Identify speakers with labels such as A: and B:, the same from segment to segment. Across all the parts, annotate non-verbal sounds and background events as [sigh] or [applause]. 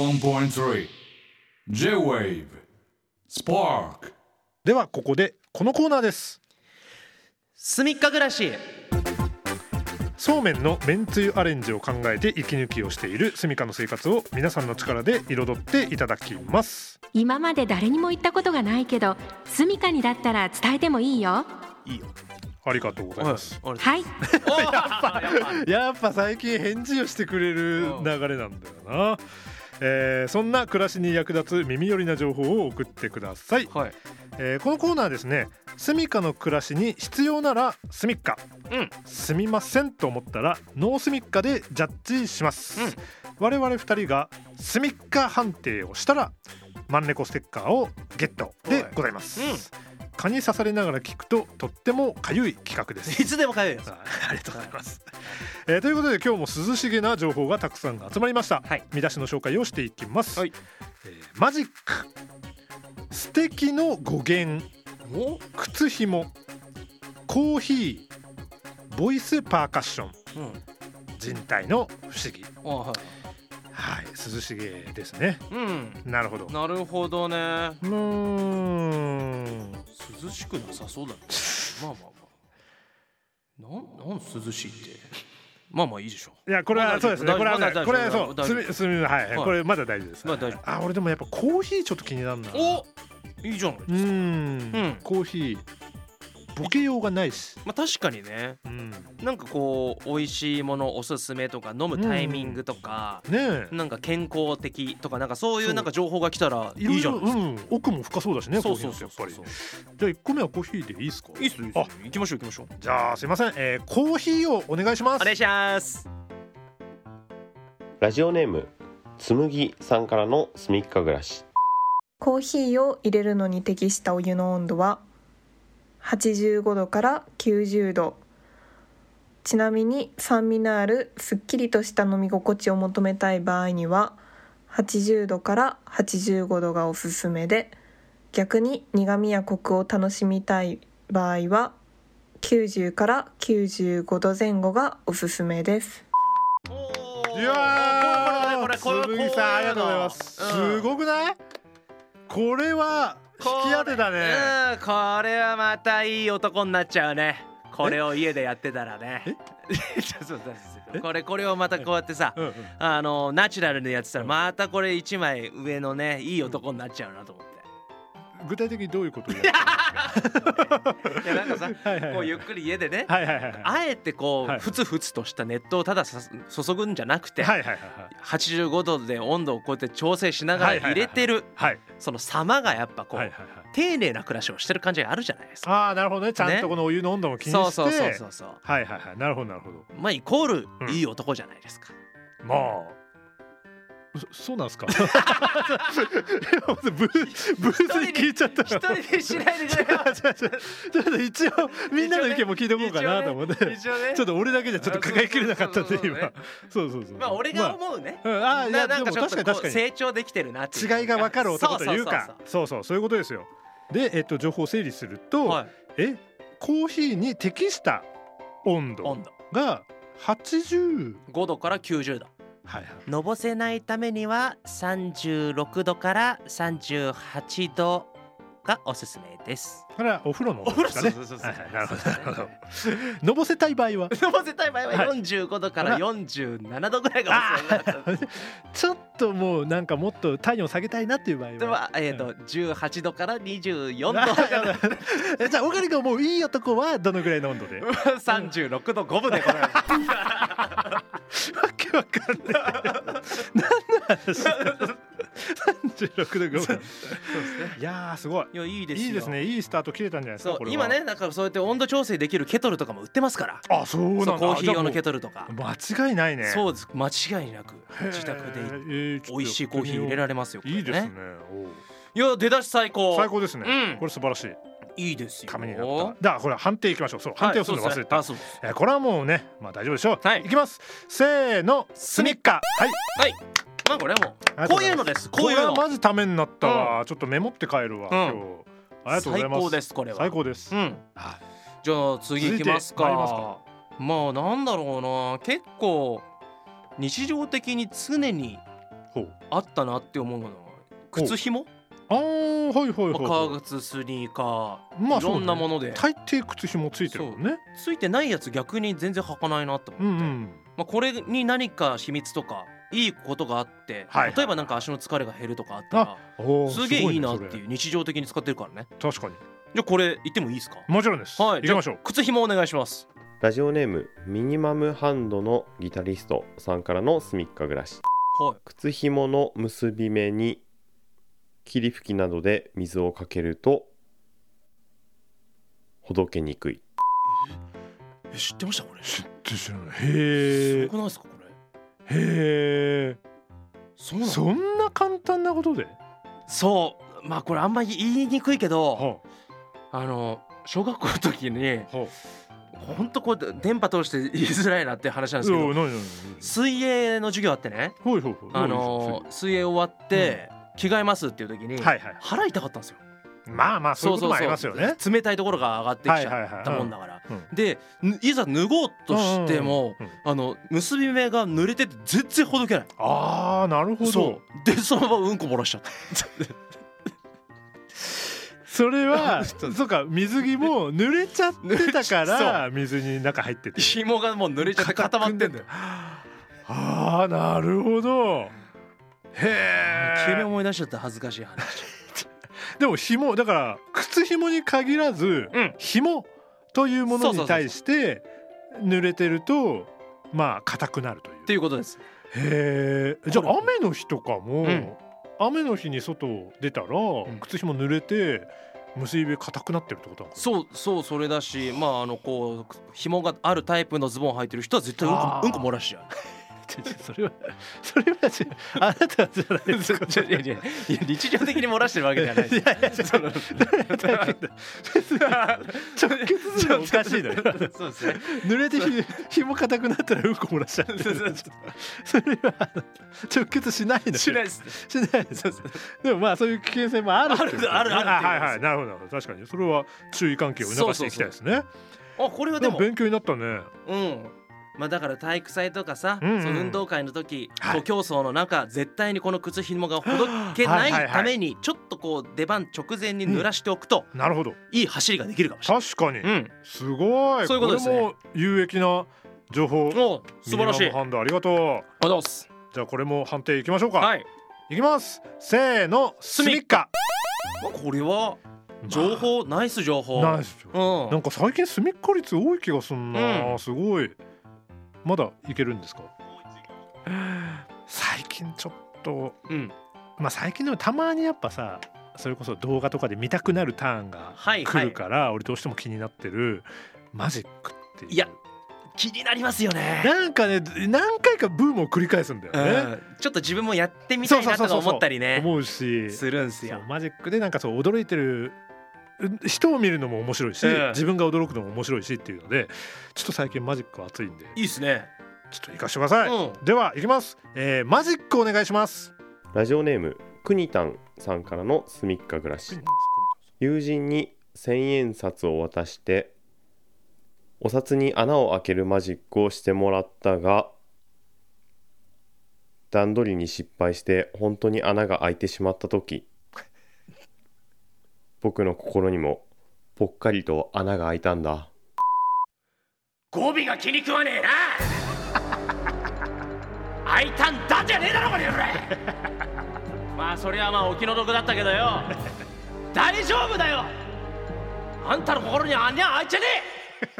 A: 81.3 J-Wave Spark
B: ではここでこのコーナーです
C: すみっか暮らし
B: そうめんのめんつゆアレンジを考えて息抜きをしている住みかの生活を皆さんの力で彩っていただきます
D: 今まで誰にも言ったことがないけど住処にだったら伝えてもいいよ
C: いいよ
B: ありがとうございます
C: おい
D: はい
C: おいやっぱ
B: やっぱ最近返事をしてくれる流れなんだよな、えーそんな暮らしに役立つ耳寄りな情報を送ってください、
C: はい
B: えーこのコーナーですね住みかの暮らしに必要なら住みか、
C: うん
B: すみませんと思ったらノースミッカでジャッジします、
C: うん
B: 我々二人がスミッカ判定をしたらマンレコステッカーをゲットでございます、
C: はいうん
B: 蚊に刺されながら聞くととってもかゆい企画です
C: いつでも通う [laughs] よ
B: あありがとうございます。えーということで今日も涼しげな情報がたくさん集まりました。
C: はい
B: 見出しの紹介をしていきます。
C: はい
B: えーマジック、素敵の語源、
C: お
B: 靴ひも、コーヒー、ボイスパーカッション、
C: うん
B: 人体の不思議。
C: あはい
B: はい、涼しげですね。
C: うん
B: なるほど。
C: なるほどね
B: うーん。
C: 涼しくなさそうだねまあまあまあなんなん涼しいってまあまあいいでしょ
B: いやこれ
C: ま
B: は
C: だ
B: そうですね。
C: 大丈夫
B: これはね
C: ま
B: これはそ
C: だ大丈夫まだ
B: う。
C: 大
B: す
C: 丈夫
B: みすみはい、はい、
C: はい
B: これまだ大丈夫です。
C: まあ大丈
B: あ俺でもやっぱコーヒーちょっと気になるな。
C: おいいじゃないです
B: う
C: か
B: ん、
C: うん
B: コーヒーボケようがないし、
C: まあ確かにね
B: うん、ね
C: なんかこう美味しいものおすすめとか飲むタイミングとか、
B: え
C: なんか健康的とかなんかそうい
B: そう
C: うなんか情報が来たらいいじゃ
B: ろ
C: ない
B: ろ
C: ですか。
B: うん、奥も深そうだしね
C: そうそうそう
B: コ
C: そ
B: ーヒ
C: う
B: ーってやっぱりじゃあ1個目はコーヒーでいいですか
C: いいっすよいいっすよ行きましょう行きましょう。
B: じゃあすいません、えー、コーヒーをお願いしま
C: お
B: す
C: 願いします。
E: ラジオネームつむぎさんからのすみっか暮らし
F: コーヒーを入れるのに適したお湯の温度は85度から90度ちなみに酸味のあるすっきりとした飲み心地を求めたい場合には80度から85度がおすすめで逆に苦みやコクを楽しみたい場合は90から95度前後がおすすめです
C: お
B: いや
C: これ
B: ー
C: これこれ
B: つむぎさんありがとうございます、す
C: い
B: ごくないこれは引き当てだね
C: うん、これはまたいい男になっちゃうね。これを家でやってたらね。
B: え
C: [laughs] ちょっと待って
B: え
C: これこれをまたこうやってさ。
B: うんうん
C: あのナチュラルでやってたら
B: うん
C: またこれ一枚上のねいい男になっちゃうなと思って。
B: 具体的にどういうことをやってる
C: いやなんかさ
B: [laughs] はいはいはい
C: こうゆっくり家でね、
B: はいはいはいはい
C: あえてこ
B: はいう
C: ふつふつとした熱湯をたださ注ぐんじゃなくて、
B: はいはいはいはい
C: 85度で温度をこうやって調整しながら入れてる、
B: はい
C: その様がやっぱこう、
B: はいはいはい
C: 丁寧な暮らしをしてる感じがあるじゃないですか。
B: ああなるほどねちゃんとこのお湯の温度も気にして、
C: そうそうそうそうそう。
B: はいはいはいなるほどなるほど
C: まあイコール
B: うん
C: いい男じゃないですか。
B: まあそそうなんですか [laughs] ブーブースに聞いちゃった
C: [laughs] 一
B: よ
C: 人でしないでくれよ。
B: 違う違うちょっと一応みんなの意見も聞いておこうかなと思って、
C: 一応ね
B: ちょっと俺だけじゃちょっと抱えきれなかったんで
C: そうそうそうそう
B: 今そうそうそう
C: まあ俺が思うね。
B: まあうんあーいや
C: ななん
B: で
C: か
B: も
C: ちょ
B: 確か
C: っと
B: に
C: こ
B: 確
C: う
B: かに
C: 成長できてるなっていう
B: 違いが分かる男という
C: そ
B: か
C: そ
B: そうそうそういうことですよでえっと情報を整理する
C: そ
B: と、
C: うそうはい、
B: えコーヒーに適した温度
C: 温度
B: が80
C: 5度から90度
B: はいはい
C: のぼせないためには36度から38度がおすすめです
B: これはお風呂の音ですかね
C: お風呂そうそうそう
B: はいはいなるほど
C: そう
B: なるほ
C: そうそう
B: どのぼせたい場合は
C: [laughs] のぼせたい場合は
B: はい
C: 45度から47度ぐらいがおすすめだった
B: ちょっともうなんかもっと体温下げたいなっていう場合
C: で
B: は
C: は、えー、と18度から24度
B: なるほ [laughs] どじゃあオカリが思ういい男はどのぐらいの温度
C: [laughs]
B: でわ
C: 36度5分でご
B: [laughs]
C: ざいます
B: けわかんない何の話36度5分いやーすごい
C: いやいいですよ
B: いいですねいいスタート切れたんじゃないですか
C: そう
B: これは
C: 今ねだからそうやって温度調整できるケトルとかも売ってますから
B: あそうなん
C: そ
B: だ
C: うコーヒー用の
B: じゃ
C: ケ
B: あ
C: トルとか、
B: もう間違いないね
C: そううです間違いなく自宅で美味しいコーヒー入れられますよ。これ
B: いいですね
C: いや出だし最
B: お
C: 高。
B: う最高ですね、
C: うん
B: これ素晴らしい
C: いいですよ。
B: ためになっただからこれ判定いきましょうそう判定をするの忘れた、
C: はいそうですねあそうです
B: えーこれはもうねまあ大丈夫でしょう
C: はい
B: いきますせーのスニッカーはい
C: まあこれはも
B: ありが
C: う
B: とう
C: こ
B: ご
C: う
B: ざ
C: い
B: いうま
C: のです。こうい
B: これ
C: う
B: は
C: の。
B: マジためになったわ、ちょっとメモって帰るわ、
C: う
B: 今
C: ん
B: 日ありがとうございます
C: 最高ですこれは
B: 最高です、
C: うん。
B: はい
C: じゃあ次行きます
B: 続いて参りますか
C: か。まあなんだろうな結構日常的に常に
B: ほう
C: あったなって思うのは靴ひも
B: あーはいはいはい、
C: 革
B: はい、
C: 靴スニーカ
B: ま
C: ーいろんなも
B: の
C: ので
B: 大抵靴紐ついてるもんね
C: ついてないやつ逆に全然履かないなと思って、
B: うんうん
C: まあ、これに何か秘密とかいいことがあって、
B: はいはい
C: 例えばなんか足の疲れが減るとかあったら
B: おー
C: すげえいいなっ
B: すご
C: て
B: ね
C: いう日常的に使ってるからね
B: それ確かに
C: じゃあこれ言ってもいいですか
B: もちろんです、
C: はい
B: 行きましょう
C: 靴ひもお願いします
E: ラジオネームミニマムハンドのギタリストさんからのすみっか暮らし
C: はい
E: 靴ひもの結び目に霧吹きなどで水をかけるとほどけにくい
C: え知ってましたこれす
B: 知らないへえ
C: ごくないですかこれ
B: へ
C: そう
B: え
C: なの
B: そんな簡単なことで、
C: そうまあこれあんまり言いにくいけど
B: は
C: あの小学校の時に
B: あはあ
C: ほんとこう電波通して言いづらいなって話なんですけ
B: いや
C: ど
B: 何何何
C: 水泳の授業あってね
B: ほいほいほい
C: あの水泳終わって着替えますっていう時に
B: はいはい
C: 腹痛かったんですよ
B: まあまあそういうこともありますよね
C: 冷たいところが上がってきちゃ
B: はいはい
C: っ
B: は
C: た
B: い
C: もんだから
B: うん
C: でぬいざ脱ごうとしても
B: うんうん
C: あの結び目が濡れてて全然ほどけない
B: ああなるほど
C: そ
B: そう
C: でそのままうんこ漏らしちゃった
B: れは
C: [laughs] ちょっと
B: そうか水着
C: [laughs]
B: も濡れちゃってたから水に中入ってて
C: 紐がもう濡れちゃって固まってんだよ
B: ああなるほどへ
C: 急に
B: え
C: 思い出しちゃった恥ずかしい話
B: でも紐だから靴紐に限らず、
C: うん
B: 紐というもの
C: そうそうそうそ
B: に対
C: う
B: して濡れてるとまあ硬くなるという
C: っていうことです
B: へえじゃあ雨の日とかも、
C: うん
B: 雨の日に外を出たら、
C: ん
B: 靴紐濡れて結び目硬くなってるってことなのか
C: そうそうそれだしまああのこう紐があるタイプのズボンを履いてる人は絶対うん
B: あー
C: こうんこ漏らしちゃう
B: なそれはそれはじゃああなたはじゃないですか
C: いやいやいやいや日常的に漏らしてるわけじゃないですそ [laughs] の
B: 直結するのおかしいのよ
C: そうですね
B: 濡れてひ紐硬くなったらうんこ漏らしちゃうそれは直結しないのよ
C: しないです
B: しないです [laughs] でもまあそういう危険性もあるってこと
C: あるあるあるって
B: は
C: いうことです
B: いはいなるほどなるほど確かにそれは注意喚起を促していきたいですね
C: あこれは
B: で
C: で
B: も
C: も
B: 勉強になったね
C: うんまあだから体育祭とかさ、
B: うんうん
C: その運動会の時、
B: はい
C: 徒競走の中絶対にこの靴ひもがほどけ
B: は
C: ない
B: はい
C: い
B: はい
C: ためにちょっとこう出番直前に濡らしておくと、
B: なるほど
C: いい走りができるかもしれ
B: 確かに
C: ない。
B: すごい
C: そういうことですね
B: れも有益な情報
C: うん、おう素晴らしい。
B: ミ
C: あり
B: ニマム
C: がと
B: ハンドありがとう
C: うございます。
B: じゃあこれも判定いきましょうか、、
C: はいい。
B: きますせーのスミッカ
C: まあ、これは情報、ナイス情報。
B: ナイス
C: う。
B: なんんか最近スミッカ率多い気がすんな、
C: うん
B: すごいまだいけるんですか最近ちょっと
C: うん。
B: まあ最近でもたまにやっぱさそれこそ動画とかで見たくなるターンが
C: はいは
B: 来
C: い
B: るから、俺どうしても気になってるマジックっていう
C: いや気になりますよね。
B: なんかね何回かブームを繰り返すんだよ
C: う
B: ね、
C: ん。ちょっと自分もやってみたいなとか思ったりね。
B: 思うし
C: するんす
B: そう
C: よ。
B: マジックでなんかそう驚いてるう人を見るのも面白いし、
C: うん
B: 自分が驚くのも面白いしっていうのでちょっと最近マジックは熱いんで
C: いいですね。
B: ちょっと行かしてください、
C: う
B: では行きます、えー、マジックお願いします
E: ラジオネームくにたんさんからのすみっか暮らし友人に千円札を渡してお札に穴を開けるマジックをしてもらったが段取りに失敗して本当に穴が開いてしまった時僕の心にもぽっかりと穴が開いたんだ
C: 語尾が気に食
B: [laughs]
C: わねえな開いたんだじゃねえだろこ
B: [laughs]
C: れよまあそりゃまあお気の毒だったけどよ大丈夫だよあんたの心にあんにゃ開いちゃね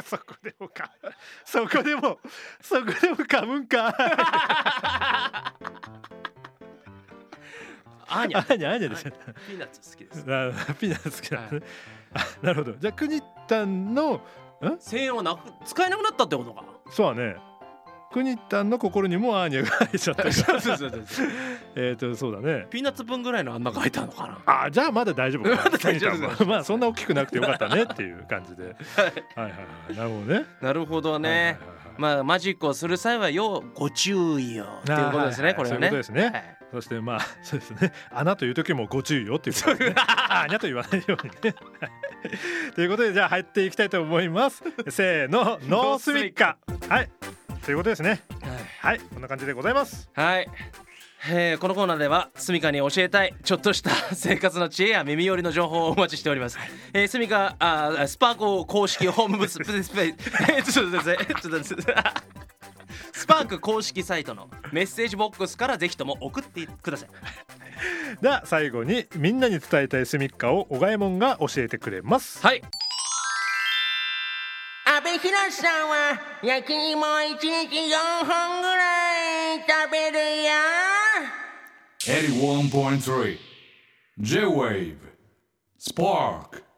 B: [laughs] そこでもかそこでもそこでもかむんか
C: えあにゃ
B: あにゃあにゃでしょ
C: ピーナッツ好きです
B: なピーナッツ好きだねあなるほどじゃあくにたんの
C: 千円はなく使えなくなったってことか
B: そうだねくにたんの心にもアーニャが入っちゃったから
C: そうそうそうそう
B: [laughs] えっとそうだね
C: ピーナッツ分ぐらいのあんなが開いたのかな
B: あじゃあまだ大丈夫かな
C: まだ大丈夫です
B: [laughs] まあまあそんな大きくなくてよかったねっていう感じで [laughs] はいはいはいなるほどね
C: なるほどね
B: はいはいはい
C: まあマジックをする際は要ご注意よっていうことです
B: あ
C: ね
B: ー
C: これは
B: はいそ
C: ね
B: ういうことですね
C: はい
B: そしてまあ [laughs] そうですね穴という時もご注意をっていうことで、ね、 [laughs] あ穴と言わないようにね [laughs] ということでじゃあ入っていきたいと思い [laughs] ますせーのノースミッカはいということですねはいこんな感じでございます
C: はい。えーこのコーナーではスミカに教えたいちょっとした生活の知恵や耳寄りの情報をお待ちしております、えー、スミカあースパーコ公式ホームブ [laughs] スプレスペイちょっと待ってちょっと待ってスパーク公式サイトのメッセージボックスからぜひとも送ってください
B: では最後にみんなに伝えたいスミッカを小賀えもんが教えてくれます
C: はい
G: 阿部寛さんは焼き芋を1日4本ぐらい食べるよ
A: 81.3 J-Wave Spark